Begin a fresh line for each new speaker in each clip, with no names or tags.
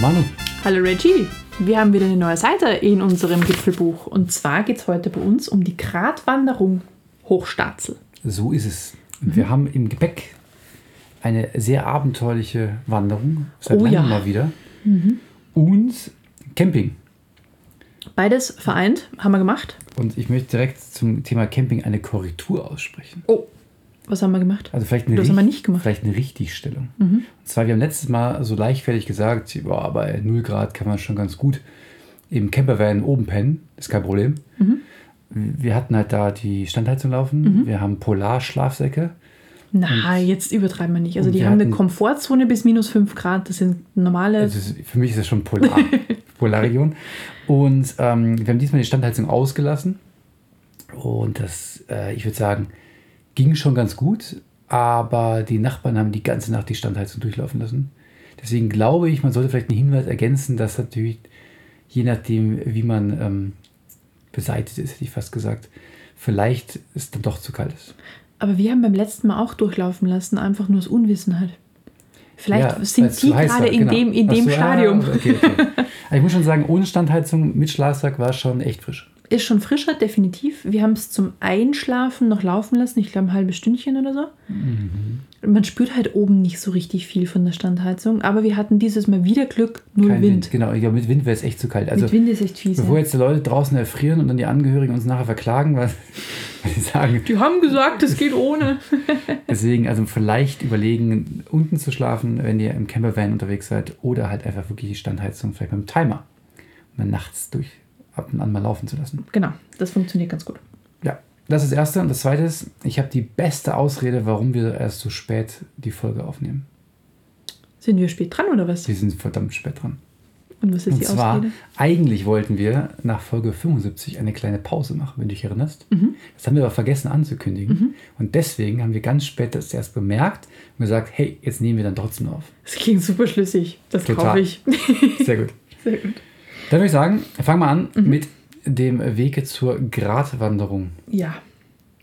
Manu.
Hallo Reggie, wir haben wieder eine neue Seite in unserem Gipfelbuch. Und zwar geht es heute bei uns um die Gratwanderung Hochstaatzel.
So ist es.
Mhm.
Wir haben im Gepäck eine sehr abenteuerliche Wanderung, seit
Oh
langem
ja. Mhm.
mal wieder. Und Camping.
Beides vereint haben wir gemacht.
Und ich möchte direkt zum Thema Camping eine Korrektur aussprechen.
Oh, was haben wir gemacht?
Also vielleicht eine,
Das haben wir nicht gemacht. Mhm.
vielleicht eine Richtigstellung. Und zwar, wir haben letztes Mal so leichtfertig gesagt, boah, bei 0 Grad kann man schon ganz gut im Campervan oben pennen, ist kein Problem.
Mhm.
Wir hatten halt da die Standheizung laufen, wir haben Polarschlafsäcke.
Na, jetzt übertreiben wir nicht. Also
und
die
wir
haben eine
hatten-
Komfortzone bis minus 5 Grad. Das sind normale...
Also es ist- für mich ist das schon Polar, Polarregion. Und ähm, wir haben diesmal die Standheizung ausgelassen. Und das, äh, ich würde sagen, ging schon ganz gut. Aber die Nachbarn haben die ganze Nacht die Standheizung durchlaufen lassen. Deswegen glaube ich, man sollte vielleicht einen Hinweis ergänzen, dass natürlich, je nachdem, wie man ähm, beseitigt ist, hätte ich fast gesagt, vielleicht es dann doch zu kalt ist.
Aber wir haben beim letzten Mal auch durchlaufen lassen, einfach nur aus Unwissenheit. Vielleicht
Ja, weil es
sind
zu
die
heiß
gerade
war,
in
genau.
dem, in
Ach
dem
so, ah,
Stadium.
okay, okay. Also ich muss schon sagen, ohne Standheizung mit Schlafsack war es schon echt frisch.
Ist schon frischer, definitiv. Wir haben es zum Einschlafen noch laufen lassen, ich glaube ein halbes Stündchen oder so.
Mhm.
Man spürt halt oben nicht so richtig viel von der Standheizung, aber wir hatten dieses Mal wieder Glück, null
Kein Wind.
Wind.
Genau, ja, mit Wind wäre es echt zu kalt. Also
Mit Wind ist echt fies.
bevor
Ja.
jetzt die Leute draußen erfrieren und dann die Angehörigen uns nachher verklagen, weil weil sie sagen,
Die haben gesagt, es geht ohne.
deswegen also vielleicht überlegen, unten zu schlafen, wenn ihr im Campervan unterwegs seid oder halt einfach wirklich die Standheizung vielleicht mit dem Timer und dann nachts durch ab und an mal laufen zu lassen.
genau, das funktioniert ganz gut.
Ja, das ist das Erste. Und das Zweite ist, ich habe die beste Ausrede, warum wir erst so spät die Folge aufnehmen.
Sind wir spät dran oder was?
Wir sind verdammt spät dran.
Und was ist
Und
die
zwar,
Ausrede?
eigentlich wollten wir nach Folge 75 eine kleine Pause machen, wenn du dich erinnerst.
Mhm.
Das haben wir aber vergessen anzukündigen. Und deswegen haben wir ganz spät das erst bemerkt und gesagt, hey, jetzt nehmen wir dann trotzdem auf.
Das klingt super schlüssig. Das
Total.
kaufe ich.
Sehr gut.
Sehr gut.
Dann würde ich sagen, fangen wir an
Mhm.
mit dem Weg zur Gratwanderung.
Ja.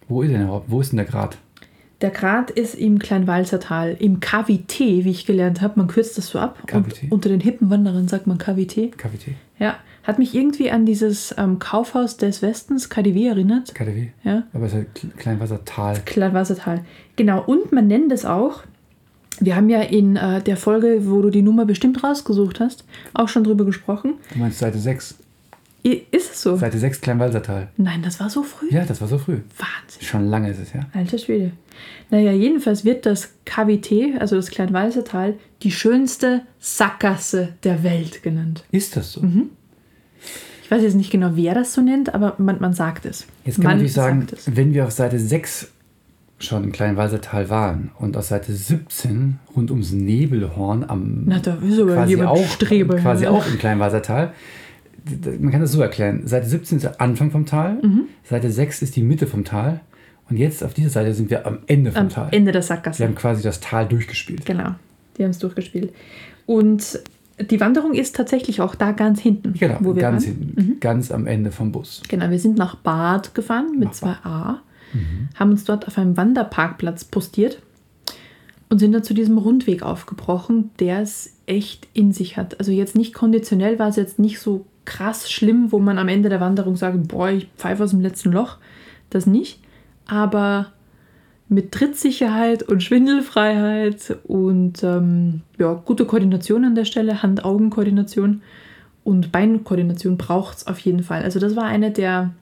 Wo ist denn überhaupt? Wo ist denn der Grat?
Der Grat ist im Kleinwalsertal, im KWT, wie ich gelernt habe. Man kürzt das so ab.
KWT.
Und unter den hippen Wanderern sagt man KWT.
KWT.
Ja, hat mich irgendwie an dieses ähm, Kaufhaus des Westens, KDW, erinnert.
KDW.
Ja.
Aber es ist halt Kleinwassertal.
Kleinwassertal. Genau, und man nennt es auch, wir haben ja in äh, der Folge, wo du die Nummer bestimmt rausgesucht hast, auch schon drüber gesprochen.
Du meinst Seite 6.
I- Ist es so?
Seite 6 Kleinwalsertal.
Nein, das war so früh.
Ja, das war so früh.
Wahnsinn.
Schon lange ist es, ja.
Alter Schwede. Naja, jedenfalls wird das KWT, also das Kleinwalsertal, die schönste Sackgasse der Welt genannt.
Ist das
Mhm.
so?
Ich weiß jetzt nicht genau, wer das so nennt, aber man, man sagt es.
Jetzt kann
man
man natürlich sagen,
sagt es.
wenn wir auf Seite 6 schon im kleinen Walsertal waren und auf Seite 17 rund ums Nebelhorn am
Na, da ist aber jemand Streber. ne?
quasi
Ja.
auch im kleinen Walsertal. D- d- Man kann das so erklären. Seite 17 ist der Anfang vom Tal,
Mhm.
Seite 6 ist die Mitte vom Tal und jetzt auf dieser Seite sind wir am Ende vom
am
Tal.
Ende der Sackgasse.
Wir haben quasi das Tal durchgespielt.
Genau, die haben es durchgespielt. Und die Wanderung ist tatsächlich auch da ganz hinten,
Genau,
wo wir
ganz
waren. Mhm.
hinten, ganz am Ende vom Bus.
Genau, wir sind nach Bad gefahren mit 2a, haben uns dort auf einem Wanderparkplatz postiert und sind dann zu diesem Rundweg aufgebrochen, der es echt in sich hat. Also jetzt nicht konditionell war es jetzt nicht so krass schlimm, wo man am Ende der Wanderung sagt, boah, ich pfeife aus dem letzten Loch. Das nicht. Aber mit Trittsicherheit und Schwindelfreiheit und ähm, ja, gute Koordination an der Stelle, Hand-Augen-Koordination und Beinkoordination braucht es auf jeden Fall. Also das war eine der,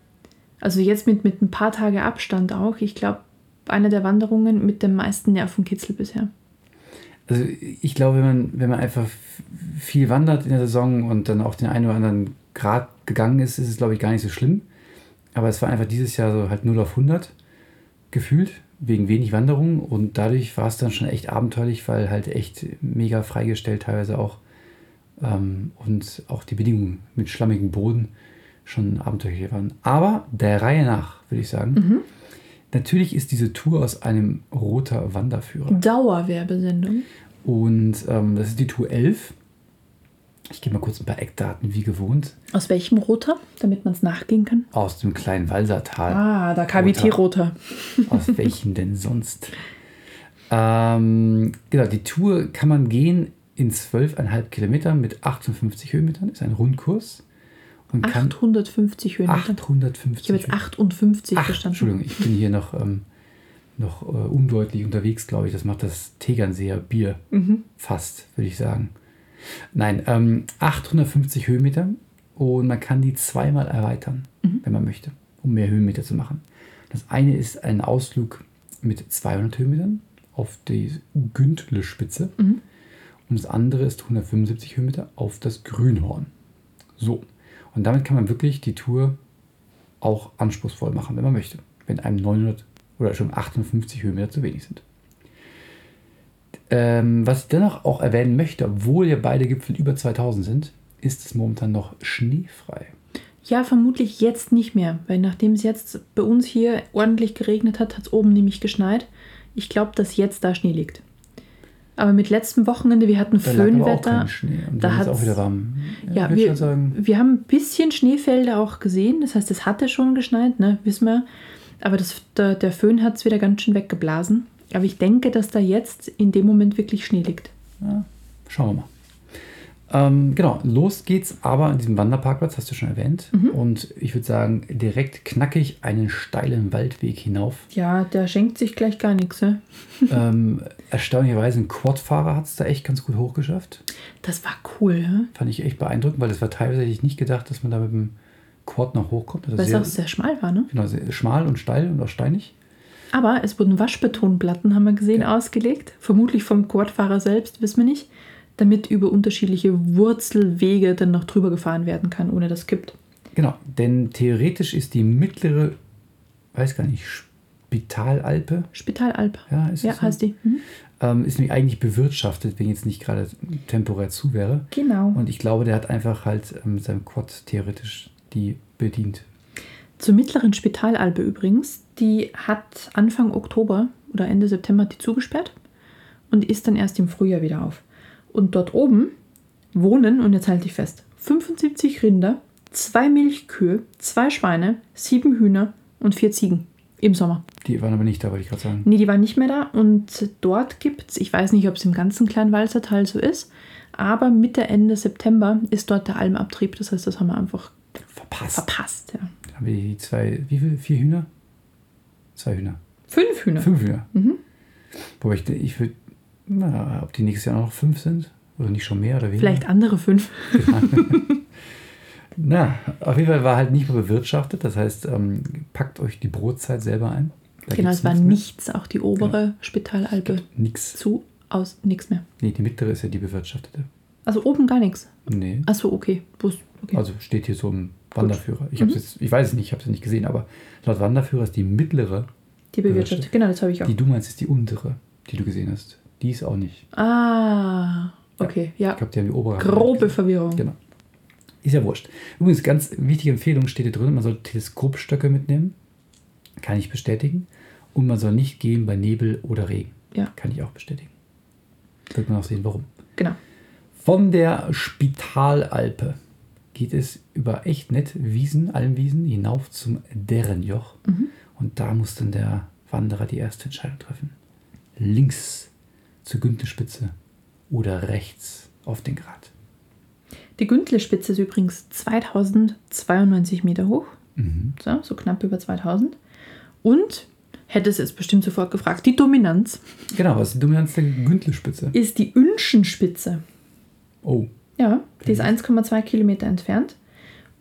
also jetzt mit, mit ein paar Tage Abstand auch, ich glaube, eine der Wanderungen mit dem meisten Nervenkitzel bisher.
Also ich glaube, wenn man, wenn man einfach f- viel wandert in der Saison und dann auch den einen oder anderen Grad gegangen ist, ist es, glaube ich, gar nicht so schlimm. Aber es war einfach dieses Jahr so halt 0 auf 100 gefühlt, wegen wenig Wanderung. Und dadurch war es dann schon echt abenteuerlich, weil halt echt mega freigestellt teilweise auch. Ähm, und auch die Bedingungen mit schlammigem Boden schon abenteuerlich waren. Aber der Reihe nach, würde ich sagen. Natürlich ist diese Tour aus einem roter Wanderführer.
Dauerwerbesendung.
Und ähm, das ist die Tour 11. Ich gebe mal kurz ein paar Eckdaten wie gewohnt.
Aus welchem Roter, damit man es nachgehen kann?
Aus dem kleinen Walsertal.
Ah, der KBT-Roter.
Aus welchem denn sonst? Ähm, genau, die Tour kann man gehen in 12,5 Kilometern mit 58 Höhenmetern. Ist ein Rundkurs. Und kann
850 Höhenmeter.
850
Ich habe jetzt 58
Ach,
verstanden.
Entschuldigung, ich bin hier noch, ähm, noch äh, undeutlich unterwegs, glaube ich. Das macht das Tegernseer Bier fast, würde ich sagen. Nein, ähm, 850 Höhenmeter und man kann die zweimal erweitern, wenn man möchte, um mehr Höhenmeter zu machen. Das eine ist ein Ausflug mit 200 Höhenmetern auf die Güntle-Spitze und das andere ist 175 Höhenmeter auf das Grünhorn. So, und damit kann man wirklich die Tour auch anspruchsvoll machen, wenn man möchte, wenn einem 900 oder schon 58 Höhenmeter zu wenig sind. Ähm, was ich dennoch auch erwähnen möchte, obwohl ja beide Gipfel über 2000 sind, ist es momentan noch schneefrei.
Ja, vermutlich jetzt nicht mehr, weil nachdem es jetzt bei uns hier ordentlich geregnet hat, hat es oben nämlich geschneit. Ich glaube, dass jetzt da Schnee liegt. Aber mit letztem Wochenende, wir hatten
Da lag aber auch
Föhnwetter.
kein Schnee und
da
dann ist es
hat's-
auch wieder warm.
Ja,
würd
wir,
schon sagen,
wir haben ein bisschen Schneefelder auch gesehen. Das heißt, es hatte schon geschneit, ne? wissen wir. Aber das, der, der Föhn hat es wieder ganz schön weggeblasen. Aber ich denke, dass da jetzt in dem Moment wirklich Schnee liegt.
ja, schauen wir mal. Ähm, genau, los geht's aber an diesem Wanderparkplatz, hast du schon erwähnt.
Mhm.
Und ich würde sagen, direkt knackig einen steilen Waldweg hinauf.
Ja, der schenkt sich gleich gar nichts. Ne?
ähm, erstaunlicherweise ein Quadfahrer hat es da echt ganz gut hochgeschafft.
Das war cool. Ne?
Fand ich echt beeindruckend, weil das war teilweise hätte ich nicht gedacht, dass man da mit dem Quad noch hochkommt. Also
Weil es
sehr,
auch sehr schmal war. Ne?
genau, sehr schmal und steil und auch steinig.
Aber es wurden Waschbetonplatten, haben wir gesehen, ausgelegt. Vermutlich vom Quadfahrer selbst, wissen wir nicht. Damit über unterschiedliche Wurzelwege dann noch drüber gefahren werden kann, ohne dass es kippt.
Genau, denn theoretisch ist die mittlere, weiß gar nicht, Spitalalpe,
Spitalalp.
Ja, ist
ja
das so?
heißt die. Mhm.
ähm, ist nämlich eigentlich bewirtschaftet, wenn jetzt nicht gerade temporär zu wäre.
Genau.
Und ich glaube, der hat einfach halt ähm, mit seinem Quad theoretisch die bedient.
Zur mittleren Spitalalpe übrigens, die hat Anfang Oktober oder Ende September die zugesperrt und ist dann erst im Frühjahr wieder auf. Und dort oben wohnen, und jetzt halte ich fest, 75 Rinder, zwei Milchkühe, zwei Schweine, sieben Hühner und vier Ziegen im Sommer.
Die waren aber nicht da, wollte ich gerade sagen.
Nee, die waren nicht mehr da und dort gibt es, ich weiß nicht, ob es im ganzen Kleinwalzer Teil so ist, aber Mitte, Ende September ist dort der Almabtrieb. Das heißt, das haben wir einfach
Verpasst.
verpasst. Ja.
Da haben wir die zwei, wie viel? Vier Hühner? Zwei Hühner.
Fünf Hühner.
Fünf Hühner.
Mhm.
Wobei ich, ich würde, na, ob die nächstes Jahr auch noch fünf sind oder nicht schon mehr oder weniger.
Vielleicht andere fünf.
Na, auf jeden Fall war halt nicht mehr bewirtschaftet. Das heißt, ähm, packt euch die Brotzeit selber ein. Da
genau,
gibt's
es war
nichts Genau.
nichts. Auch die obere Spitalalpe
mehr. Nix.
zu, aus, nichts mehr.
Nee, die mittlere ist ja die bewirtschaftete.
Also oben gar nichts.
Nee.
Achso, okay. Bus, Ah, okay. Mhm.
Also steht hier so im Wanderführer. Ich, hab's jetzt, ich weiß es nicht, ich habe es nicht gesehen, aber laut Wanderführer ist die mittlere,
die bewirtschaftet. Genau, das habe ich auch.
die du meinst, ist die untere, die du gesehen hast. Die ist auch nicht.
ah, okay. Ja,
Ich glaube, die haben die obere.
grobe Verwirrung.
Genau. Ist ja wurscht. Übrigens, ganz wichtige Empfehlung steht hier drin, man soll Teleskopstöcke mitnehmen. Kann ich bestätigen. Und man soll nicht gehen bei Nebel oder Regen.
Ja.
Kann ich auch bestätigen. Wird man auch sehen, warum.
Genau.
Von der Spitalalpe geht es über echt nett Wiesen, Almwiesen, hinauf zum Derrenjoch. Und da muss dann der Wanderer die erste Entscheidung treffen. Links zur Güntenspitze oder rechts auf den Grat.
Die Güntle-Spitze ist übrigens 2092 Meter hoch. So, so knapp über 2000. Und, hättest es bestimmt sofort gefragt, die Dominanz
Genau, was ist die Dominanz der Güntelspitze?
ist die Ünschenspitze.
Oh,
Ja, die ist 1,2 Kilometer entfernt.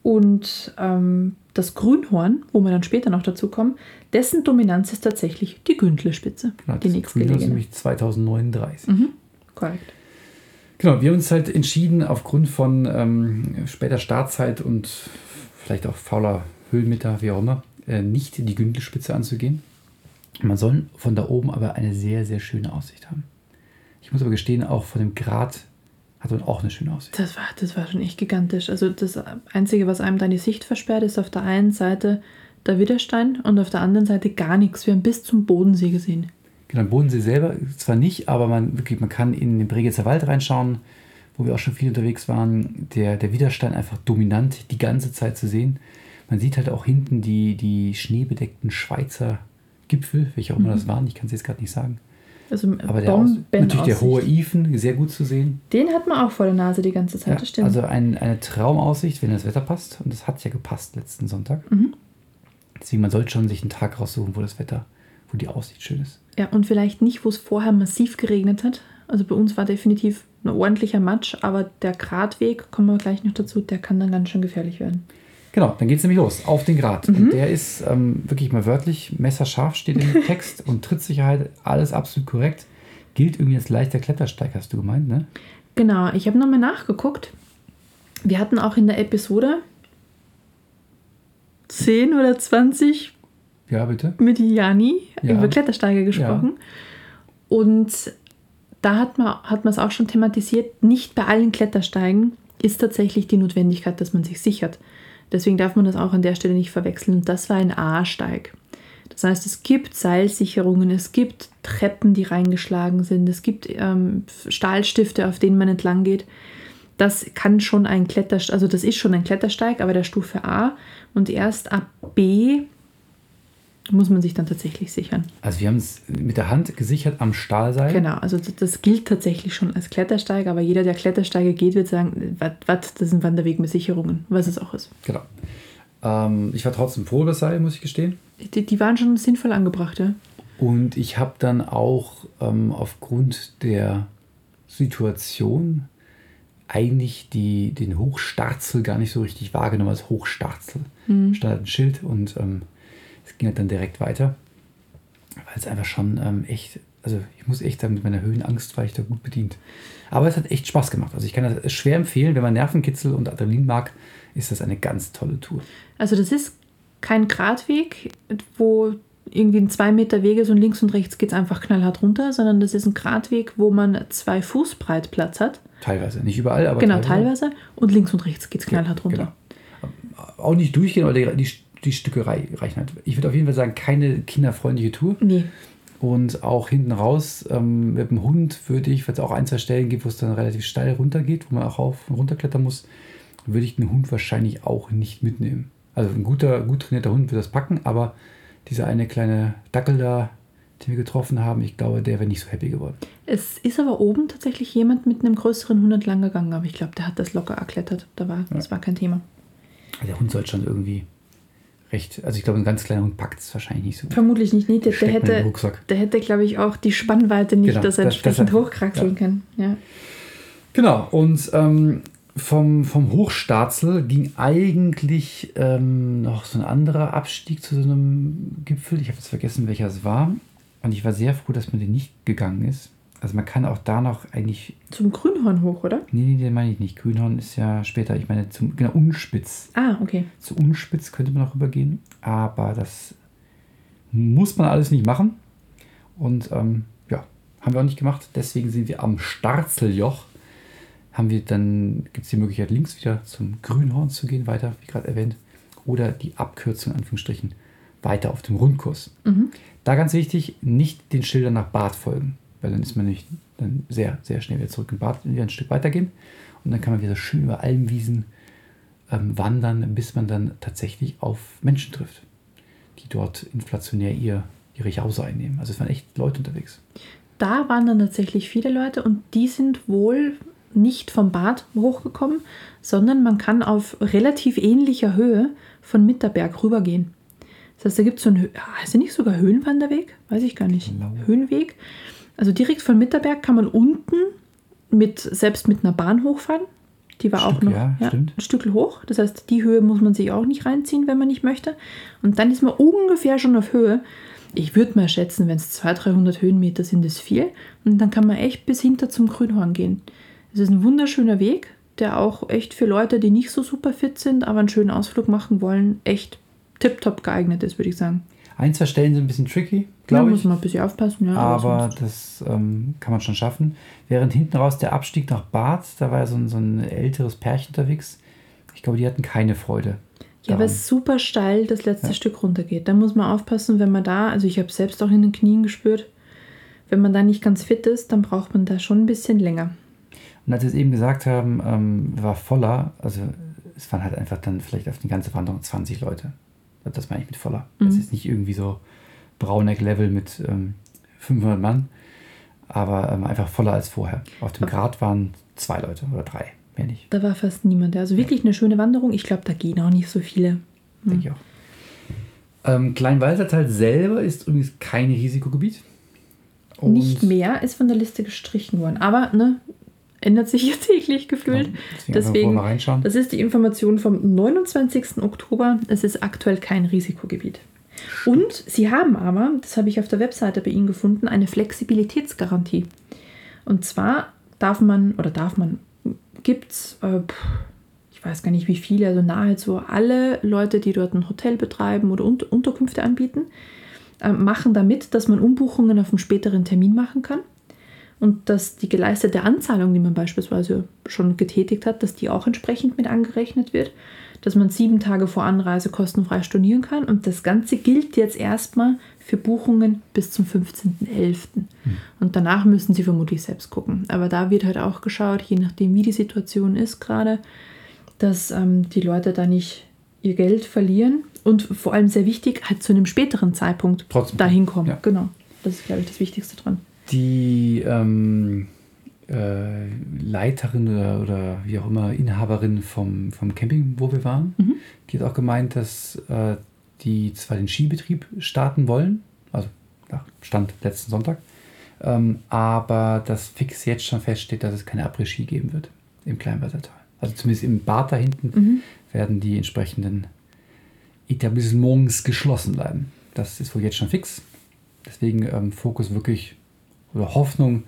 Und ähm, das Grünhorn, wo wir dann später noch dazu kommen, dessen Dominanz ist tatsächlich die Gündle-Spitze.
genau, das
die
Grüne ist
nächstgelegene.
nämlich 2039.
Korrekt.
Genau, wir haben uns halt entschieden, aufgrund von ähm, später Startzeit und vielleicht auch fauler Höhenmeter, wie auch immer, äh, nicht die Gündelspitze anzugehen. Man soll von da oben aber eine sehr, sehr schöne Aussicht haben. Ich muss aber gestehen, auch von dem Grat hat man auch eine schöne Aussicht.
Das war, das war schon echt gigantisch. Also das Einzige, was einem dann die Sicht versperrt, ist auf der einen Seite der Widerstein und auf der anderen Seite gar nichts. Wir haben bis zum Bodensee gesehen.
Genau, Bodensee selber zwar nicht, aber man, wirklich, man kann in den Bregenzer Wald reinschauen, wo wir auch schon viel unterwegs waren. Der, der Widerstand einfach dominant die ganze Zeit zu sehen. Man sieht halt auch hinten
Mhm.
die, die schneebedeckten Schweizer Gipfel, welche auch immer das waren, ich kann es jetzt gerade nicht sagen.
Also
Aber der Aus, natürlich der hohe Ifen, sehr gut zu sehen.
Den hat man auch vor der Nase die ganze Zeit, das stimmt.
also ein, eine Traumaussicht, wenn das Wetter passt. Und das hat ja gepasst letzten Sonntag.
Mhm.
Deswegen, man sollte schon sich einen Tag raussuchen, wo das Wetter, wo die Aussicht schön ist.
ja, und vielleicht nicht, wo es vorher massiv geregnet hat. Also bei uns war definitiv ein ordentlicher Matsch, aber der Gratweg, kommen wir gleich noch dazu, der kann dann ganz schön gefährlich werden.
Genau, dann geht es nämlich los, auf den Grat. Und der ist ähm, wirklich mal wörtlich, messerscharf steht im Text und Trittsicherheit, alles absolut korrekt. Gilt irgendwie als leichter Klettersteig, hast du gemeint, ne?
Genau, ich habe nochmal nachgeguckt. Wir hatten auch in der Episode 10 oder 20
Ja, bitte.
mit Jani
Ja.
über Klettersteige gesprochen. Und da hat man hat man es auch schon thematisiert, nicht bei allen Klettersteigen ist tatsächlich die Notwendigkeit, dass man sich sichert. Deswegen darf man das auch an der Stelle nicht verwechseln. Und das war ein A-Steig. Das heißt, es gibt Seilsicherungen, es gibt Treppen, die reingeschlagen sind, es gibt ähm, Stahlstifte, auf denen man entlang geht. Das kann schon ein Klettersteig, also das ist schon ein Klettersteig, aber der Stufe A. Und erst ab B muss man sich dann tatsächlich sichern.
Also wir haben es mit der Hand gesichert am Stahlseil.
Genau, also d- das gilt tatsächlich schon als Klettersteig, aber jeder, der Klettersteige geht, wird sagen, was, das ist ein Wanderweg mit Sicherungen, was es auch ist.
Genau. Ähm, ich war trotzdem froh über das Seil, muss ich gestehen.
Die, die waren schon sinnvoll angebracht, ja.
Und ich habe dann auch ähm, aufgrund der Situation eigentlich die, den Hochstarzel gar nicht so richtig wahrgenommen als Hochstarzel. Stand halt ein Schild und ähm, es ging halt dann direkt weiter. Weil es einfach schon ähm, echt, also ich muss echt sagen, mit meiner Höhenangst war ich da gut bedient. Aber es hat echt Spaß gemacht. Also ich kann das schwer empfehlen, wenn man Nervenkitzel und Adrenalin mag, ist das eine ganz tolle Tour.
Also das ist kein Gratweg, wo irgendwie ein zwei Meter Weg ist und links und rechts geht es einfach knallhart runter, sondern das ist ein Gratweg, wo man zwei Fuß breit Platz hat.
Teilweise, nicht überall, aber
genau, teilweise. Und links und rechts geht es knallhart runter.
Genau. Auch nicht durchgehen, aber die, die, die Stücke rei- reichen halt. Ich würde auf jeden Fall sagen, keine kinderfreundliche Tour.
Nee,
Und auch hinten raus ähm, mit dem Hund würde ich, wenn es auch ein, zwei Stellen gibt, wo es dann relativ steil runtergeht, wo man auch rauf und runterklettern muss, würde ich den Hund wahrscheinlich auch nicht mitnehmen. Also ein guter, gut trainierter Hund würde das packen, aber dieser eine kleine Dackel da, den wir getroffen haben, ich glaube, der wäre nicht so happy geworden.
Es ist aber oben tatsächlich jemand mit einem größeren Hund entlang gegangen, aber ich glaube, der hat das locker erklettert. Da war, Das war kein Thema.
Der Hund sollte schon irgendwie recht, also ich glaube, ein ganz kleiner Hund packt es wahrscheinlich nicht so gut.
Vermutlich nicht, nicht. Der, der
Steckt man in den
hätte,
Rucksack.
der hätte glaube ich, auch die Spannweite nicht,
Genau,
dass er
das- das
entsprechend
hat-
hochkraxeln
ja.
kann. Ja.
Genau, und ähm, vom, vom Hochstarzel ging eigentlich ähm, noch so ein anderer Abstieg zu so einem Gipfel. Ich habe jetzt vergessen, welcher es war. Und ich war sehr froh, dass man den nicht gegangen ist. Also man kann auch da noch eigentlich.
Zum Grünhorn hoch, oder?
Nee, nee, den meine ich nicht. Grünhorn ist ja später, ich meine, zum, genau, Unspitz.
Ah, okay.
Zu Unspitz könnte man noch rübergehen. Aber das muss man alles nicht machen. Und ähm, ja, haben wir auch nicht gemacht. Deswegen sind wir am Starzeljoch. Haben wir dann, gibt es die Möglichkeit, links wieder zum Grünhorn zu gehen, weiter, wie gerade erwähnt. Oder die Abkürzung, in Anführungsstrichen, weiter auf dem Rundkurs. Da ganz wichtig, nicht den Schildern nach Bad folgen, weil dann ist man nicht dann sehr, sehr schnell wieder zurück in Bad, wieder ein Stück weitergehen. Und dann kann man wieder schön über Almwiesen ähm, wandern, bis man dann tatsächlich auf Menschen trifft, die dort inflationär ihr, ihre Jause einnehmen. Also es waren echt Leute unterwegs.
Da waren dann tatsächlich viele Leute und die sind wohl nicht vom Bad hochgekommen, sondern man kann auf relativ ähnlicher Höhe von Mitterberg rübergehen. Das heißt, da gibt es so einen, Hö- Ah, ist ja nicht sogar Höhenwanderweg? Weiß ich gar nicht.
glaube.
Höhenweg. Also direkt von Mitterberg kann man unten mit, selbst mit einer Bahn hochfahren. Die war auch
Stück,
noch
ja, stimmt.
ein Stück hoch. Das heißt, die Höhe muss man sich auch nicht reinziehen, wenn man nicht möchte. Und dann ist man ungefähr schon auf Höhe. Ich würde mal schätzen, wenn es 200, 300 Höhenmeter sind, ist viel. Und dann kann man echt bis hinter zum Grünhorn gehen. Es ist ein wunderschöner Weg, der auch echt für Leute, die nicht so super fit sind, aber einen schönen Ausflug machen wollen, echt tipptopp geeignet ist, würde ich sagen.
Ein, zwei Stellen sind ein bisschen tricky,
Da
glaube
muss
ich.
man ein bisschen aufpassen. Ja,
Aber
sonst-
das ähm, kann man schon schaffen. Während hinten raus der Abstieg nach Bad, da war ja so ein, so ein älteres Pärchen unterwegs. Ich glaube, die hatten keine Freude.
Ja, weil
daran.
es super steil das letzte Stück runtergeht. Da muss man aufpassen, wenn man da, also ich habe selbst auch in den Knien gespürt, wenn man da nicht ganz fit ist, dann braucht man da schon ein bisschen länger.
Und als wir es eben gesagt haben, ähm, war voller, also es waren halt einfach dann vielleicht auf die ganze Wanderung 20 Leute. Das meine ich
Mhm.
mit voller. Das ist nicht irgendwie so Brauneck-Level mit ähm, 500 Mann, aber ähm, einfach voller als vorher. Auf dem Grat waren zwei Leute oder drei, mehr nicht.
Da war fast niemand. Also wirklich eine schöne Wanderung. Ich glaube, da gehen auch nicht so viele.
Denke ich auch. Ähm, Kleinwalsertal selber ist übrigens kein Risikogebiet. Und
Nicht mehr ist von der Liste gestrichen worden. Aber ne, ändert sich ja täglich gefühlt.
Genau, deswegen einfach
Deswegen,
mal reinschauen.
das ist die Information vom 29. Oktober. Es ist aktuell kein Risikogebiet. Und sie haben aber, das habe ich auf der Webseite bei Ihnen gefunden, eine Flexibilitätsgarantie. Und zwar darf man oder darf man, gibt es, äh, pff, ich weiß gar nicht wie viele, also nahezu alle Leute, die dort ein Hotel betreiben oder Unter- Unterkünfte anbieten, äh, machen damit, dass man Umbuchungen auf einen späteren Termin machen kann und dass die geleistete Anzahlung, die man beispielsweise schon getätigt hat, dass die auch entsprechend mit angerechnet wird, dass man sieben Tage vor Anreise kostenfrei stornieren kann und das Ganze gilt jetzt erstmal für Buchungen bis zum 15.11.
Hm.
Und danach müssen Sie vermutlich selbst gucken. Aber da wird halt auch geschaut, je nachdem wie die Situation ist gerade, dass ähm, die Leute da nicht ihr Geld verlieren und vor allem sehr wichtig, halt zu einem späteren Zeitpunkt
Trotzdem.
dahin kommen.
Ja.
Genau, das ist, glaube ich, das Wichtigste dran.
die ähm, äh, Leiterin oder, oder wie auch immer Inhaberin vom, vom Camping, wo wir waren, die hat auch gemeint, dass äh, die zwar den Skibetrieb starten wollen, also nach Stand letzten Sonntag, ähm, aber dass fix jetzt schon feststeht, dass es keine Après-Ski geben wird im Kleinwassertal. Also zumindest im Bad da hinten werden die entsprechenden Etablissements geschlossen bleiben. Das ist wohl jetzt schon fix. Deswegen ähm, Fokus wirklich oder Hoffnung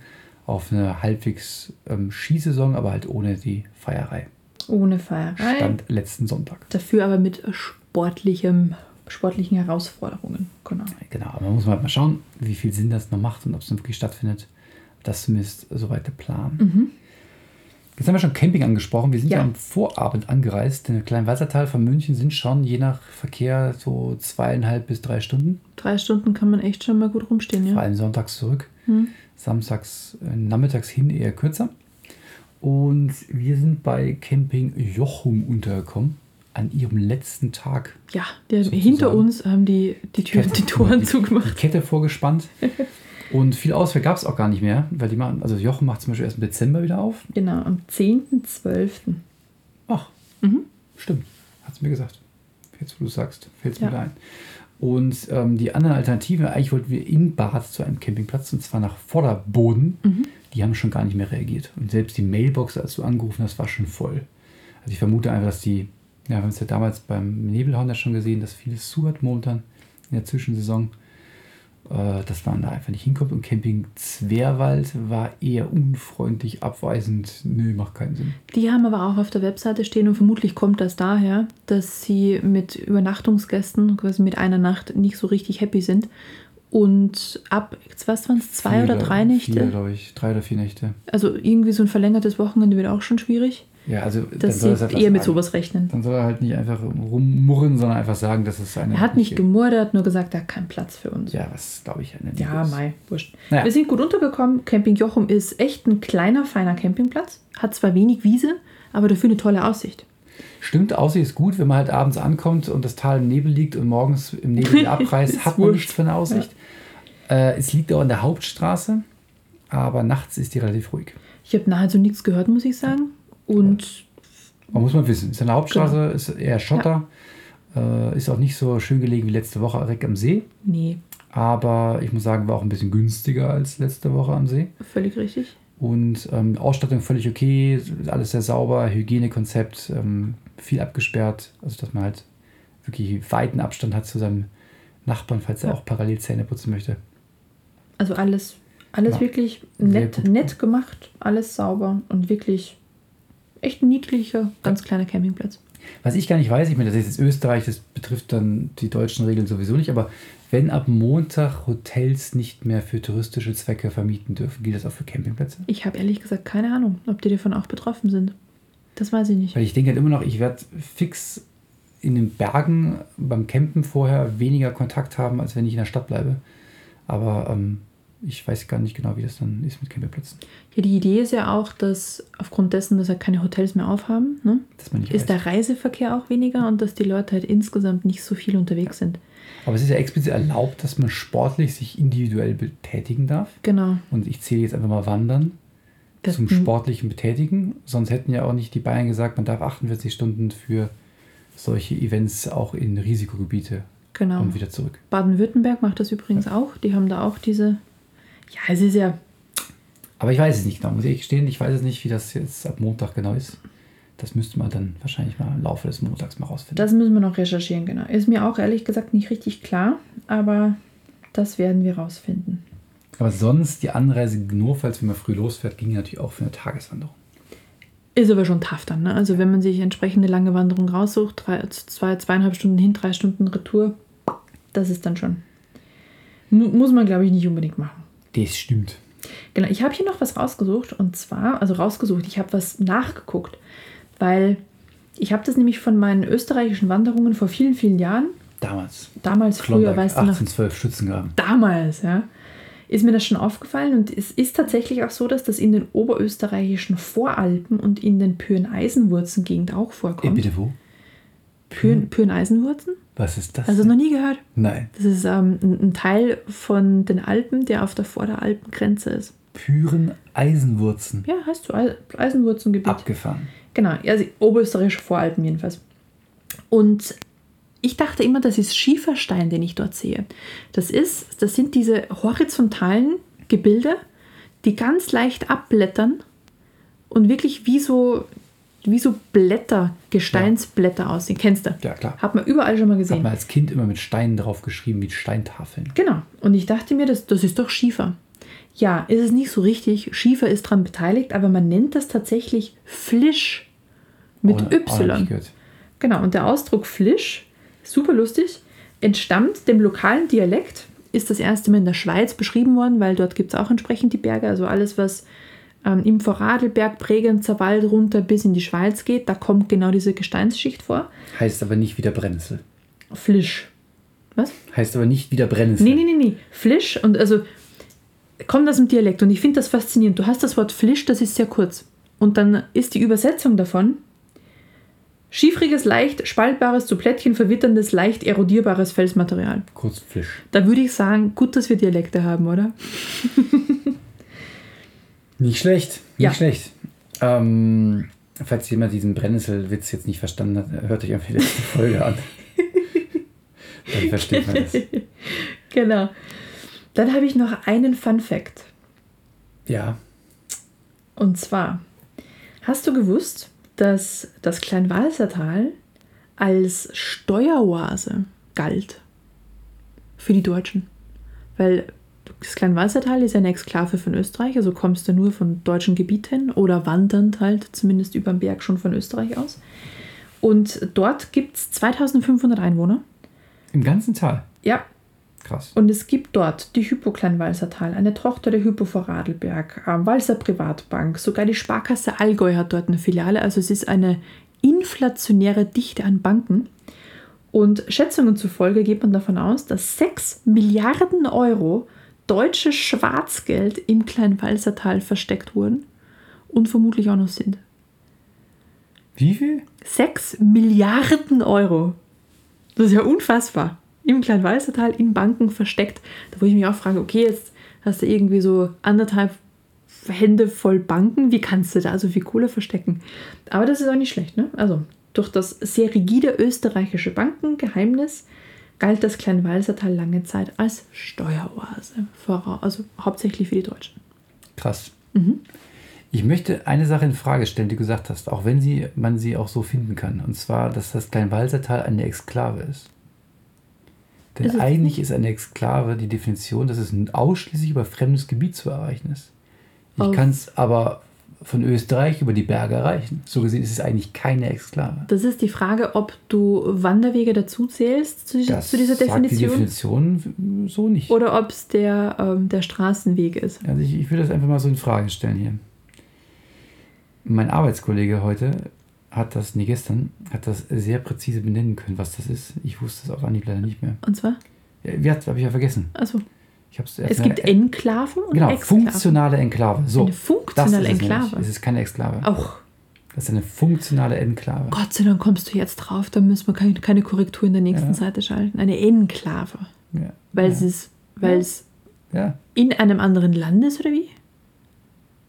auf eine halbwegs ähm, Skisaison, aber halt ohne die Feierei.
Ohne Feierei.
Stand letzten Sonntag.
Dafür aber mit sportlichem, sportlichen Herausforderungen. Genau.
Genau, aber muss man halt mal schauen, wie viel Sinn das noch macht und ob es dann wirklich stattfindet. Das ist zumindest soweit der Plan. Jetzt haben wir schon Camping angesprochen. Wir sind ja,
Ja.
am Vorabend angereist. In Kleinwassertal von München sind schon je nach Verkehr so zweieinhalb bis drei Stunden.
Drei Stunden kann man echt schon mal gut rumstehen,
vor
ja. Hm.
allem sonntags zurück. Samstags, äh, nachmittags hin eher kürzer. Und wir sind bei Camping Jochum untergekommen, an ihrem letzten Tag.
Ja, der,
Sozusagen.
hinter uns haben die, die, Türen, die Toren
Die
zugemacht.
Kette vorgespannt. Und viel Auswahl gab es auch gar nicht mehr, weil die machen, also Jochum macht zum Beispiel erst im Dezember wieder auf.
Genau, am 10.12.
Ach, stimmt. Hat es mir gesagt. Jetzt, wo du sagst, fällt es
Ja.
mir wieder ein. Und ähm, die anderen Alternative, eigentlich wollten wir in Bad zu einem Campingplatz und zwar nach Vorderboden. Die haben schon gar nicht mehr reagiert. Und selbst die Mailbox, als du angerufen hast, war schon voll. Also ich vermute einfach, dass die, ja, wir haben es ja damals beim Nebelhorn ja schon gesehen, dass vieles zu hat momentan in der Zwischensaison, äh, dass man da einfach nicht hinkommt. Und Camping Zwerwald war eher unfreundlich, abweisend. Nö, macht keinen Sinn.
Die haben aber auch auf der Webseite stehen und vermutlich kommt das daher, dass sie mit Übernachtungsgästen, quasi mit einer Nacht, nicht so richtig happy sind. Und ab, was waren es, zwei
Vier,
oder
glaub-
drei Nächte?
Vier, glaube ich. Drei oder vier Nächte.
Also irgendwie so ein verlängertes Wochenende wird auch schon schwierig.
Ja, also dann
Dass
soll,
sie
er es halt
eher mit
sagen.
sowas rechnen.
dann soll er halt nicht einfach rummurren, sondern einfach sagen, dass es eine.
Er hat nicht
geht.
gemurrt, er hat nur gesagt, er hat keinen Platz für uns.
Ja, was glaube ich eine Liebe
Ja,
ist.
Mai, wurscht.
Naja.
Wir sind gut untergekommen. Camping Jochum ist echt ein kleiner, feiner Campingplatz. Hat zwar wenig Wiese, aber dafür eine tolle Aussicht.
Stimmt, Aussicht ist gut, wenn man halt abends ankommt und das Tal im Nebel liegt und morgens im Nebel wieder abreißt,
Ist
hat man
wurscht.
nichts für eine Aussicht. Äh, es liegt auch an der Hauptstraße, aber nachts ist die relativ ruhig.
Ich habe nahezu nichts gehört, muss ich sagen. Und
Man muss man wissen. Ist an der Hauptstraße,
Genau.
ist eher Schotter, äh, ist auch nicht so schön gelegen wie letzte Woche direkt am See.
nee,
Aber ich muss sagen, war auch ein bisschen günstiger als letzte Woche am See.
völlig richtig.
Und ähm, Ausstattung völlig okay, alles sehr sauber, Hygienekonzept, ähm, viel abgesperrt, also dass man halt wirklich weiten Abstand hat zu seinem Nachbarn, falls er auch parallel Zähne putzen möchte.
Also alles, alles
Ja.
wirklich
Sehr
nett,
gut.
nett gemacht, alles sauber und wirklich echt ein niedlicher, ganz kleiner Campingplatz.
Was ich gar nicht weiß, ich meine, das ist jetzt Österreich, das betrifft dann die deutschen Regeln sowieso nicht, aber wenn ab Montag Hotels nicht mehr für touristische Zwecke vermieten dürfen, gilt das auch für Campingplätze?
Ich habe ehrlich gesagt keine Ahnung, ob die davon auch betroffen sind. Das weiß ich nicht.
Weil ich denke halt immer noch, ich werde fix in den Bergen beim Campen vorher weniger Kontakt haben, als wenn ich in der Stadt bleibe. Aber ähm, ich weiß gar nicht genau, wie das dann ist mit Campingplätzen.
Ja, die Idee ist ja auch, dass aufgrund dessen, dass halt keine Hotels mehr aufhaben, ne,
Dass man nicht
ist
weiß.
der Reiseverkehr auch weniger und dass die Leute halt insgesamt nicht so viel unterwegs sind.
Aber es ist ja explizit erlaubt, dass man sportlich sich individuell betätigen darf.
Genau.
Und ich zähle jetzt einfach mal Wandern
Das-
zum sportlichen Betätigen. Sonst hätten ja auch nicht die Bayern gesagt, man darf 48 Stunden für solche Events auch in Risikogebiete
Genau.
und wieder zurück.
Baden-Württemberg macht das übrigens auch. Die haben da auch diese. Ja, es ist ja.
Aber ich weiß es nicht genau, muss ich gestehen. Ich weiß es nicht, wie das jetzt ab Montag genau ist. Das müsste man dann wahrscheinlich mal im Laufe des Montags mal rausfinden.
Das müssen wir noch recherchieren, genau. Ist mir auch ehrlich gesagt nicht richtig klar, aber das werden wir rausfinden.
Aber sonst die Anreise, nur falls wenn man früh losfährt, ging natürlich auch für eine Tageswanderung.
Ist aber schon tough dann, ne? Also wenn man sich entsprechende lange Wanderung raussucht, drei, zwei, zweieinhalb Stunden hin, drei Stunden Retour, das ist dann schon. Mu- muss man, glaube ich, nicht unbedingt machen.
Das stimmt.
Genau, ich habe hier noch was rausgesucht und zwar, also rausgesucht, ich habe was nachgeguckt, weil ich habe das nämlich von meinen österreichischen Wanderungen vor vielen, vielen Jahren,
Damals.
damals früher,
Klondike,
weißt du noch,
1812 Schützengraben.
damals, ja, ist mir das schon aufgefallen und es ist tatsächlich auch so, dass das in den oberösterreichischen Voralpen und in den Pyren-Eisenwurzen-Gegend auch
Ey,
vorkommt.
bitte wo? Mhm.
Pyren- Pyren-Eisenwurzen?
Was ist das?
Hast du das
denn?
Also noch nie gehört?
Nein.
Das ist ähm, ein ein Teil von den Alpen, der auf der Vorderalpengrenze ist.
Püren Eisenwurzen.
Ja, heißt so Eis- Eisenwurzengebiet.
Abgefahren.
Genau, also oberösterreichische Voralpen jedenfalls. Und ich dachte immer, das ist Schieferstein, den ich dort sehe. Das ist, das sind diese horizontalen Gebilde, die ganz leicht abblättern und wirklich wie so, wie so Blätter, Gesteinsblätter aussehen. Kennst du?
Ja, klar.
Hat man überall schon mal
Hat
gesehen.
man als Kind immer mit Steinen drauf geschrieben, wie Steintafeln.
Genau. Und ich dachte mir, das, das ist doch Schiefer. Ja, ist es nicht so richtig. Schiefer ist daran beteiligt, aber man nennt das tatsächlich Flisch mit
Auch- auch noch
Y.
nicht gehört.
Genau, und der Ausdruck Flisch, super lustig, entstammt dem lokalen Dialekt, ist das erste Mal in der Schweiz beschrieben worden, weil dort gibt es auch entsprechend die Berge, also alles, was ähm, im Vorarlberg, Bregenzer Wald runter bis in die Schweiz geht, da kommt genau diese Gesteinsschicht vor.
Heißt aber nicht wieder Brennnessel.
Flisch. Was?
Heißt aber nicht wieder Brennnessel.
Nee, nee, nee, nee. Flisch und also kommt aus dem Dialekt und ich finde das faszinierend. Du hast das Wort Flisch, das ist sehr kurz. Und dann ist die Übersetzung davon schiefriges, leicht spaltbares, zu Plättchen verwitterndes, leicht erodierbares Felsmaterial.
Kurz Flisch.
Da würde ich sagen, gut, dass wir Dialekte haben, oder?
Nicht schlecht. Nicht
Ja.
schlecht. Ähm, falls jemand diesen Brennnesselwitz jetzt nicht verstanden hat, hört euch einfach die letzte Folge an. Dann versteht man das.
Genau. Dann habe ich noch einen Fun Fact.
Ja.
Und zwar, hast du gewusst, dass das Kleinwalsertal als Steueroase galt für die Deutschen? Weil das Kleinwalsertal ist eine Exklave von Österreich, also kommst du nur von deutschen Gebieten oder wandernd halt zumindest über den Berg schon von Österreich aus. Und dort gibt es 2500 Einwohner.
Im ganzen Tal.
Ja,
Krass.
und es gibt dort die Hypo Kleinwalsertal, eine Tochter der Hypo Vorarlberg, ähm, Walser Privatbank, sogar die Sparkasse Allgäu hat dort eine Filiale. Also es ist eine inflationäre Dichte an Banken. Und Schätzungen zufolge geht man davon aus, dass 6 Milliarden Euro deutsches Schwarzgeld im Kleinwalsertal versteckt wurden und vermutlich auch noch sind.
Wie viel?
6 Milliarden Euro. Das ist ja unfassbar. Im Kleinwalsertal in Banken versteckt. Da wo ich mich auch frage, okay, jetzt hast du irgendwie so anderthalb Hände voll Banken. Wie kannst du da so viel Kohle verstecken? Aber das ist auch nicht schlecht, ne? Also durch das sehr rigide österreichische Bankengeheimnis galt das Kleinwalsertal lange Zeit als Steueroase. Vorau- Also hauptsächlich für die Deutschen.
Krass.
Mhm.
Ich möchte eine Sache in Frage stellen, die du gesagt hast, auch wenn sie, man sie auch so finden kann. Und zwar, dass das Kleinwalsertal eine Exklave ist. Denn
Ist es-
eigentlich ist eine Exklave die Definition, dass es ein ausschließlich über fremdes Gebiet zu erreichen ist. Ich
Auf-
kann es aber von Österreich über die Berge erreichen. So gesehen ist es eigentlich keine Exklave.
Das ist die Frage, ob du Wanderwege dazu zählst zu, dieser-
Das
zu dieser
sagt die
Definition.
Definition so nicht.
Oder ob es der, ähm, der Straßenweg ist.
Also ich, ich würde das einfach mal so in Frage stellen hier. Mein Arbeitskollege heute hat das, nee, gestern, hat das sehr präzise benennen können, was das ist. Ich wusste es auf Anhieb leider nicht mehr.
Und zwar?
Ja, Wie hat, habe ich ja vergessen.
Also,
Ich hab's äh,
Es gibt Enklaven und
Genau,
Exklaven.
funktionale Enklave. So,
Eine funktionale
das ist es
Enklave. Oh.
nämlich. Es ist keine Exklave.
Auch.
Das ist eine funktionale Enklave.
Gott sei Dank kommst du jetzt drauf, dann müssen wir keine, keine Korrektur in der nächsten
Ja.
Seite schalten. Eine Enklave.
Ja.
Weil
ja.
es ist, weil es
ja.
in einem anderen Land ist, oder wie?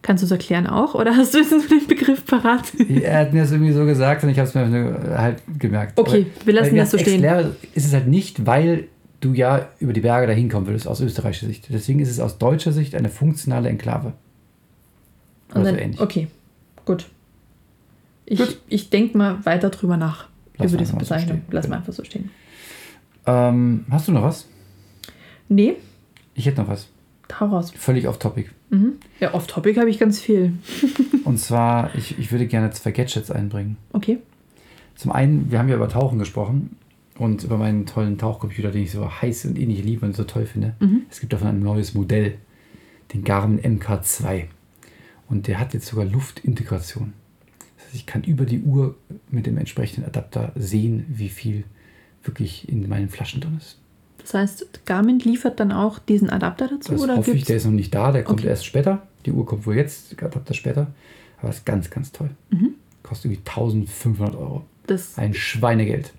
Kannst du es erklären auch? Oder hast du jetzt den Begriff parat?
Er hat mir das irgendwie so gesagt und ich habe es mir nur halt gemerkt.
Okay, wir lassen
weil
das so
als
stehen.
Ex-Lehrer ist es halt nicht, weil du ja über die Berge dahin kommen würdest, aus österreichischer Sicht. Deswegen ist es aus deutscher Sicht eine funktionale Enklave.
Und
Oder so
dann,
ähnlich.
okay, gut. Ich,
Gut.
ich denke mal weiter drüber nach
Lass
über
mal
diese
einfach so
Bezeichnung.
stehen.
Lass mal einfach so stehen.
Ähm, hast du noch was?
Nee,
Ich hätte noch was.
daraus.
Völlig off topic.
Mhm. Ja, off-topic habe ich ganz viel.
Und zwar, ich, ich würde gerne zwei Gadgets einbringen.
Okay.
Zum einen, wir haben ja über Tauchen gesprochen und über meinen tollen Tauchcomputer, den ich so heiß und innig liebe und so toll finde.
Mhm.
Es gibt davon ein neues Modell, den Garmin MK2. Und der hat jetzt sogar Luftintegration. Das heißt, ich kann über die Uhr mit dem entsprechenden Adapter sehen, wie viel wirklich in meinen Flaschen drin ist.
Das heißt, Garmin liefert dann auch diesen Adapter dazu?
Das
oder
hoffe ich,
Oh, gibt's?
der ist noch nicht da, der kommt
Okay.
erst später. Die Uhr kommt wohl jetzt, der Adapter später. Aber ist ganz, ganz toll.
Mhm.
Kostet irgendwie 1500 Euro.
das,
Ein Schweinegeld.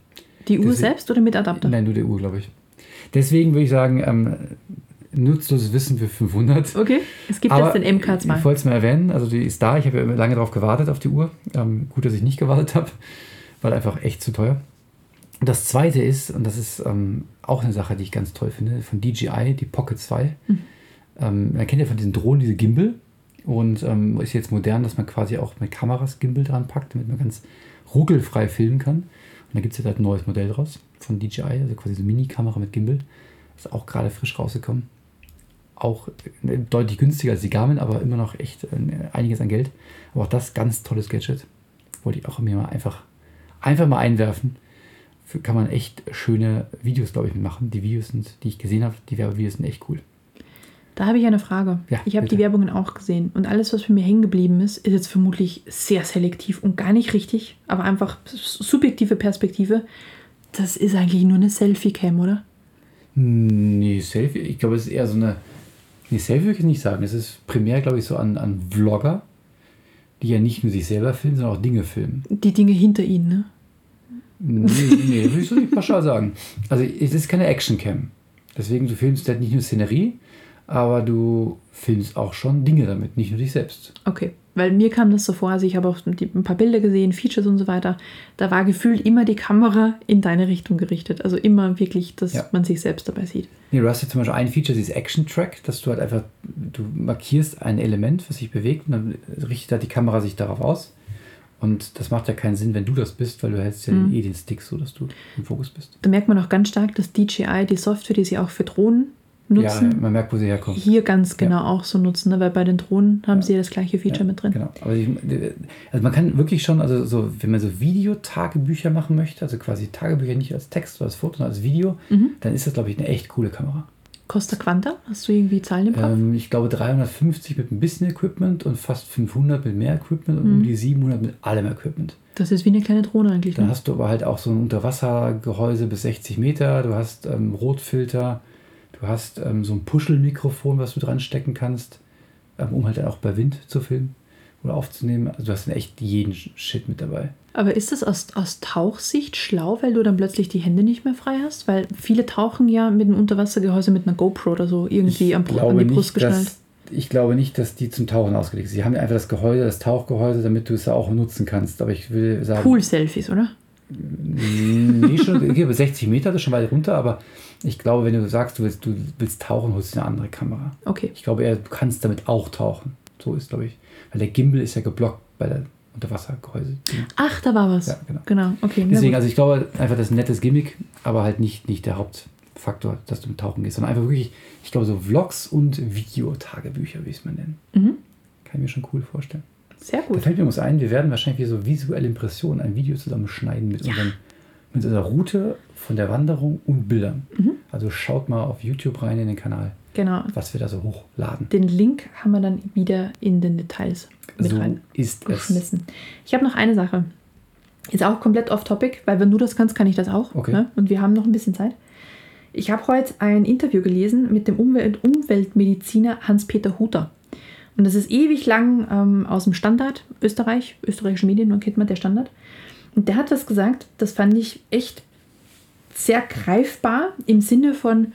die Uhr
das-
selbst oder mit Adapter?
Nein, nur der Uhr, glaube ich. Deswegen würde ich sagen, ähm, nutzloses Wissen für 500.
Okay, es gibt
Aber
jetzt den
Ich
MK2.
wollte es mal erwähnen, also die ist da. Ich habe ja lange darauf gewartet, auf die Uhr. Ähm, gut, dass ich nicht gewartet habe, weil einfach echt zu teuer. Und Das zweite ist, und das ist ähm, auch eine Sache, die ich ganz toll finde, von DJI, die Pocket 2.
Hm.
Ähm, man kennt ja von diesen Drohnen diese Gimbal. Und ähm, ist jetzt modern, dass man quasi auch mit Kameras Gimbal dran packt, damit man ganz ruckelfrei filmen kann. Und da gibt es jetzt halt ein neues Modell draus von DJI, also quasi so eine Mini-Kamera mit Gimbal. Ist auch gerade frisch rausgekommen auch äh, deutlich günstiger als die Garmin, aber immer noch echt äh, einiges an Geld. Aber auch das ganz tolles Gadget. Wollte ich auch mir mal einfach, einfach mal einwerfen. Für, kann man echt schöne Videos, glaube ich, machen. Die Videos sind, die ich gesehen habe, die Werbevideos sind echt cool.
Da habe ich eine Frage.
Ja,
ich habe die
bitte.
Werbungen auch gesehen und alles, was bei mir hängen geblieben ist, ist jetzt vermutlich sehr selektiv und gar nicht richtig, aber einfach subjektive Perspektive. Das ist eigentlich nur eine Selfie-Cam, oder?
Hm, Nee, Selfie, ich glaube, es ist eher so eine. Nee, Selfie würde ich nicht sagen. Es ist primär, glaube ich, so an, an Vlogger, die ja nicht nur sich selber filmen, sondern auch Dinge filmen.
Die Dinge hinter ihnen, ne?
Nee, nee, das würde ich so nicht pauschal sagen. Also es ist keine Actioncam. Deswegen, du filmst halt nicht nur Szenerie, aber du filmst auch schon Dinge damit, nicht nur dich selbst.
Okay, weil mir kam das so vor, also ich habe auch die, ein paar Bilder gesehen, Features und so weiter. Da war gefühlt immer die Kamera in deine Richtung gerichtet. Also immer wirklich, dass
Ja.
man sich selbst dabei sieht.
Nee, du hast ja zum Beispiel ein Feature, dieses Action-Track, dass du halt einfach, du markierst ein Element, was sich bewegt und dann richtet halt die Kamera sich darauf aus. Und das macht ja keinen Sinn, wenn du das bist, weil du hältst ja eh den Stick so, dass du im Fokus bist.
Da merkt man auch ganz stark, dass DJI die Software, die sie auch für Drohnen
Ja,
nutzen,
man merkt, wo sie herkommt.
hier ganz genau auch so nutzen, ne? weil bei den Drohnen haben sie ja das gleiche Feature
Ja,
mit drin.
Genau. Aber ich, also man kann wirklich schon, also so, wenn man so Videotagebücher machen möchte, also quasi Tagebücher nicht als Text oder als Foto, sondern als Video,
Mhm.
dann ist das, glaube ich, eine echt coole Kamera.
Costa Quanta, hast du irgendwie Zahlen im Kopf?
Ähm, ich glaube 350 mit ein bisschen Equipment und fast 500 mit mehr Equipment
Mhm.
und um die 700 mit allem Equipment.
Das ist wie eine kleine Drohne eigentlich.
Dann
Ne?
hast du aber halt auch so ein Unterwassergehäuse bis 60 Meter, du hast ähm, Rotfilter, du hast ähm, so ein Puschelmikrofon, was du dran stecken kannst, ähm, um halt dann auch bei Wind zu filmen oder aufzunehmen. Also du hast dann echt jeden Sch- Shit mit dabei.
Aber ist das aus, aus Tauchsicht schlau, weil du dann plötzlich die Hände nicht mehr frei hast? Weil viele tauchen ja mit einem Unterwassergehäuse mit einer GoPro oder so irgendwie am, Br- an die Brust geschnallt.
dass, ich glaube nicht, dass die zum Tauchen ausgelegt sind. Sie haben einfach das Gehäuse, das Tauchgehäuse, damit du es ja auch nutzen kannst. Aber ich will sagen,
Pool-Selfies, oder?
Nee, schon, okay, aber 60 Meter, das ist schon weit runter, aber ich glaube, wenn du sagst, du willst, du willst tauchen, holst du eine andere Kamera.
Okay.
Ich glaube eher, du kannst damit auch tauchen. So ist, glaube ich. Weil der Gimbal ist ja geblockt bei der Unterwassergehäuse.
Ach, da war was.
Ja, genau.
okay. na
Deswegen,
gut.
also ich glaube, einfach das ist ein nettes Gimmick, aber halt nicht, nicht der Hauptfaktor, dass du mit Tauchen gehst, sondern einfach wirklich, ich glaube, so Vlogs und Videotagebücher, wie ich es mal nenne.
Mhm.
Kann ich mir schon cool vorstellen.
Sehr
Da
gut.
fällt mir uns ein, wir werden wahrscheinlich wieder so visuelle Impressionen ein Video zusammenschneiden mit, unserem, mit unserer Route von der Wanderung und Bildern.
Mhm.
Also schaut mal auf YouTube rein in den Kanal,
Genau.
was wir da so hochladen.
Den Link haben wir dann wieder in den Details mit
so
rein.
ist es.
geschmissen. Ich habe noch eine Sache. Ist auch komplett off-topic, weil wenn du das kannst, kann ich das auch.
Okay.
Ne? Und wir haben noch ein bisschen Zeit. Ich habe heute ein Interview gelesen mit dem Umwelt Umweltmediziner Hans-Peter Huter. Und das ist ewig lang ähm, aus dem Standard Österreich, österreichische Medien, man kennt man der Standard. Und der hat was gesagt, das fand ich echt sehr greifbar im Sinne von,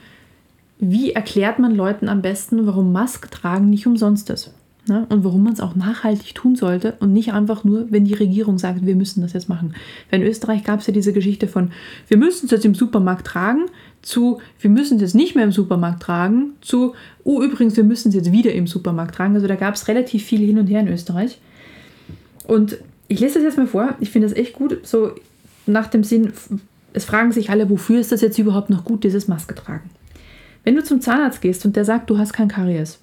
wie erklärt man Leuten am besten, warum Maske tragen nicht umsonst ist. Ne? Und warum man es auch nachhaltig tun sollte und nicht einfach nur, wenn die Regierung sagt, wir müssen das jetzt machen. Weil in Österreich gab es ja diese Geschichte von, wir müssen es jetzt im Supermarkt tragen, zu, wir müssen es jetzt nicht mehr im Supermarkt tragen, zu, oh übrigens, wir müssen es jetzt wieder im Supermarkt tragen. Also da gab es relativ viel hin und her in Österreich. Und ich lese das jetzt mal vor, ich finde das echt gut, so nach dem Sinn, es fragen sich alle, wofür ist das jetzt überhaupt noch gut, dieses Maske tragen. Wenn du zum Zahnarzt gehst und der sagt, du hast kein Karies,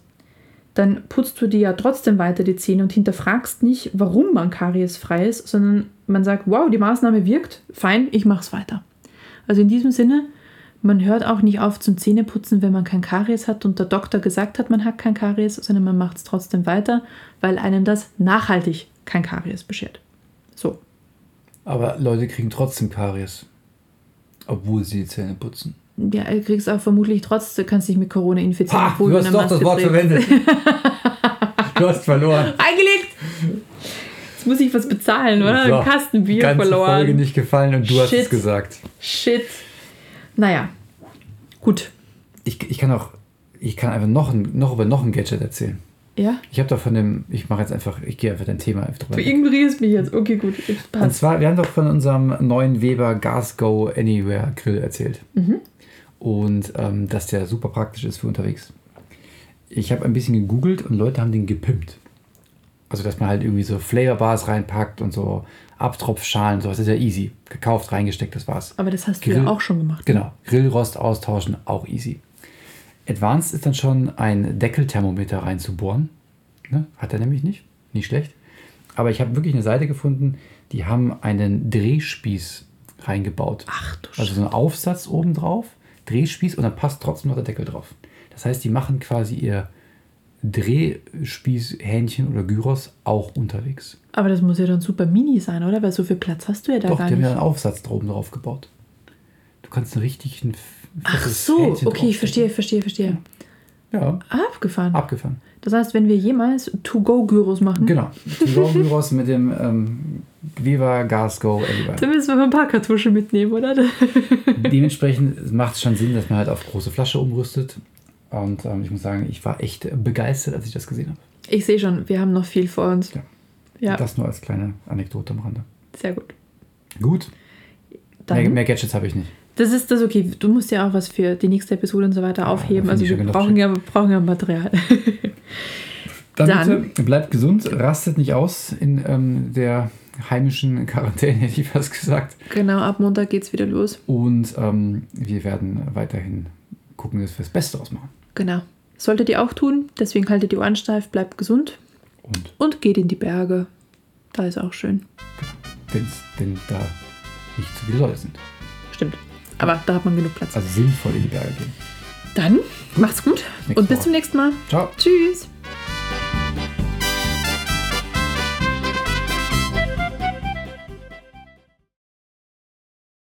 dann putzt du dir ja trotzdem weiter die Zähne und hinterfragst nicht, warum man kariesfrei ist, sondern man sagt, wow, die Maßnahme wirkt, fein, ich mach's weiter. Also in diesem Sinne, man hört auch nicht auf zum Zähneputzen, wenn man kein Karies hat und der Doktor gesagt hat, man hat kein Karies, sondern man macht es trotzdem weiter, weil einem das nachhaltig kein Karies beschert. So.
Aber Leute kriegen trotzdem Karies, obwohl sie die Zähne putzen.
Ja, du kriegst auch vermutlich trotzdem, kannst dich mit Corona infizieren.
Ha,
obwohl
du hast
eine
doch das
Maske
Wort
trägst.
verwendet. Du hast verloren.
Eingelegt! Jetzt muss ich was bezahlen, oder?
So,
Einen Kasten Bier
ganze
verloren.
Folge nicht gefallen und du hast
Shit.
es gesagt.
Shit. Naja. Gut.
Ich, ich kann auch, ich kann einfach noch, ein, noch über noch ein Gadget erzählen.
Ja?
Ich habe doch von dem, ich mache jetzt einfach, ich gehe einfach dein Thema einfach drüber.
Du ignorierst mich jetzt. Okay, gut. Es
Und
Passt.
zwar, wir haben doch von unserem neuen Weber Gas Go Anywhere Grill erzählt. Und ähm, dass der super praktisch ist für unterwegs. Ich habe ein bisschen gegoogelt und Leute haben den gepimpt. Also, dass man halt irgendwie so Flavorbars reinpackt und so Abtropfschalen, sowas ist ja easy. Gekauft, reingesteckt, das war's.
Aber das hast du
Grill-
ja auch schon gemacht. ne?
Genau, Grillrost austauschen, auch easy. Advanced ist dann schon ein Deckelthermometer reinzubohren. Ne? Hat er nämlich nicht, nicht schlecht. Aber ich habe wirklich eine Seite gefunden, die haben einen Drehspieß reingebaut.
Ach du
Also so einen Aufsatz oben drauf, Drehspieß und dann passt trotzdem noch der Deckel drauf. Das heißt, die machen quasi ihr Drehspießhähnchen oder Gyros auch unterwegs.
Aber das muss ja dann super mini sein, oder? Weil so viel Platz hast du ja da
Doch, die
gar
haben ja
nicht.
einen Aufsatz da oben drauf gebaut. Du kannst einen richtigen.
Ach so, okay, ich verstehe, verstehe, verstehe.
Ja,
Abgefahren.
abgefahren.
Das heißt, wenn wir jemals To-Go-Gyros machen,
Genau. Gyros mit dem ähm, Viva Gas Go Anywhere.
dann müssen wir mal ein paar Kartuschen mitnehmen, oder?
Dementsprechend macht es schon Sinn, dass man halt auf große Flasche umrüstet. Und ähm, ich muss sagen, ich war echt begeistert, als ich das gesehen habe.
Ich sehe schon, wir haben noch viel vor uns.
Ja.
Ja,
Das nur als kleine Anekdote am Rande.
sehr gut.
Gut. Mehr,
Dann,
mehr Gadgets habe ich nicht.
das ist das okay. Du musst ja auch was für die nächste Episode und so weiter aufheben.
da
Also
finde ich
wir
ja genau genug
brauchen ja, brauchen ja Material.
Dann,
Dann-
bitte bleibt gesund, rastet nicht aus in ähm, der heimischen Quarantäne, hätte ich fast gesagt.
genau, ab Montag geht's wieder los.
Und ähm, wir werden weiterhin gucken, dass wir das Beste ausmachen.
Genau. Solltet ihr auch tun, deswegen haltet die Ohren steif, bleibt gesund
Und
und geht in die Berge. Da ist auch schön.
wenn es denn da nicht zu viele Leute sind.
Stimmt. Aber da hat man genug Platz.
Also sinnvoll in die Berge gehen.
Dann macht's gut
Nächste
und bis
Woche.
zum nächsten Mal.
Ciao.
Tschüss.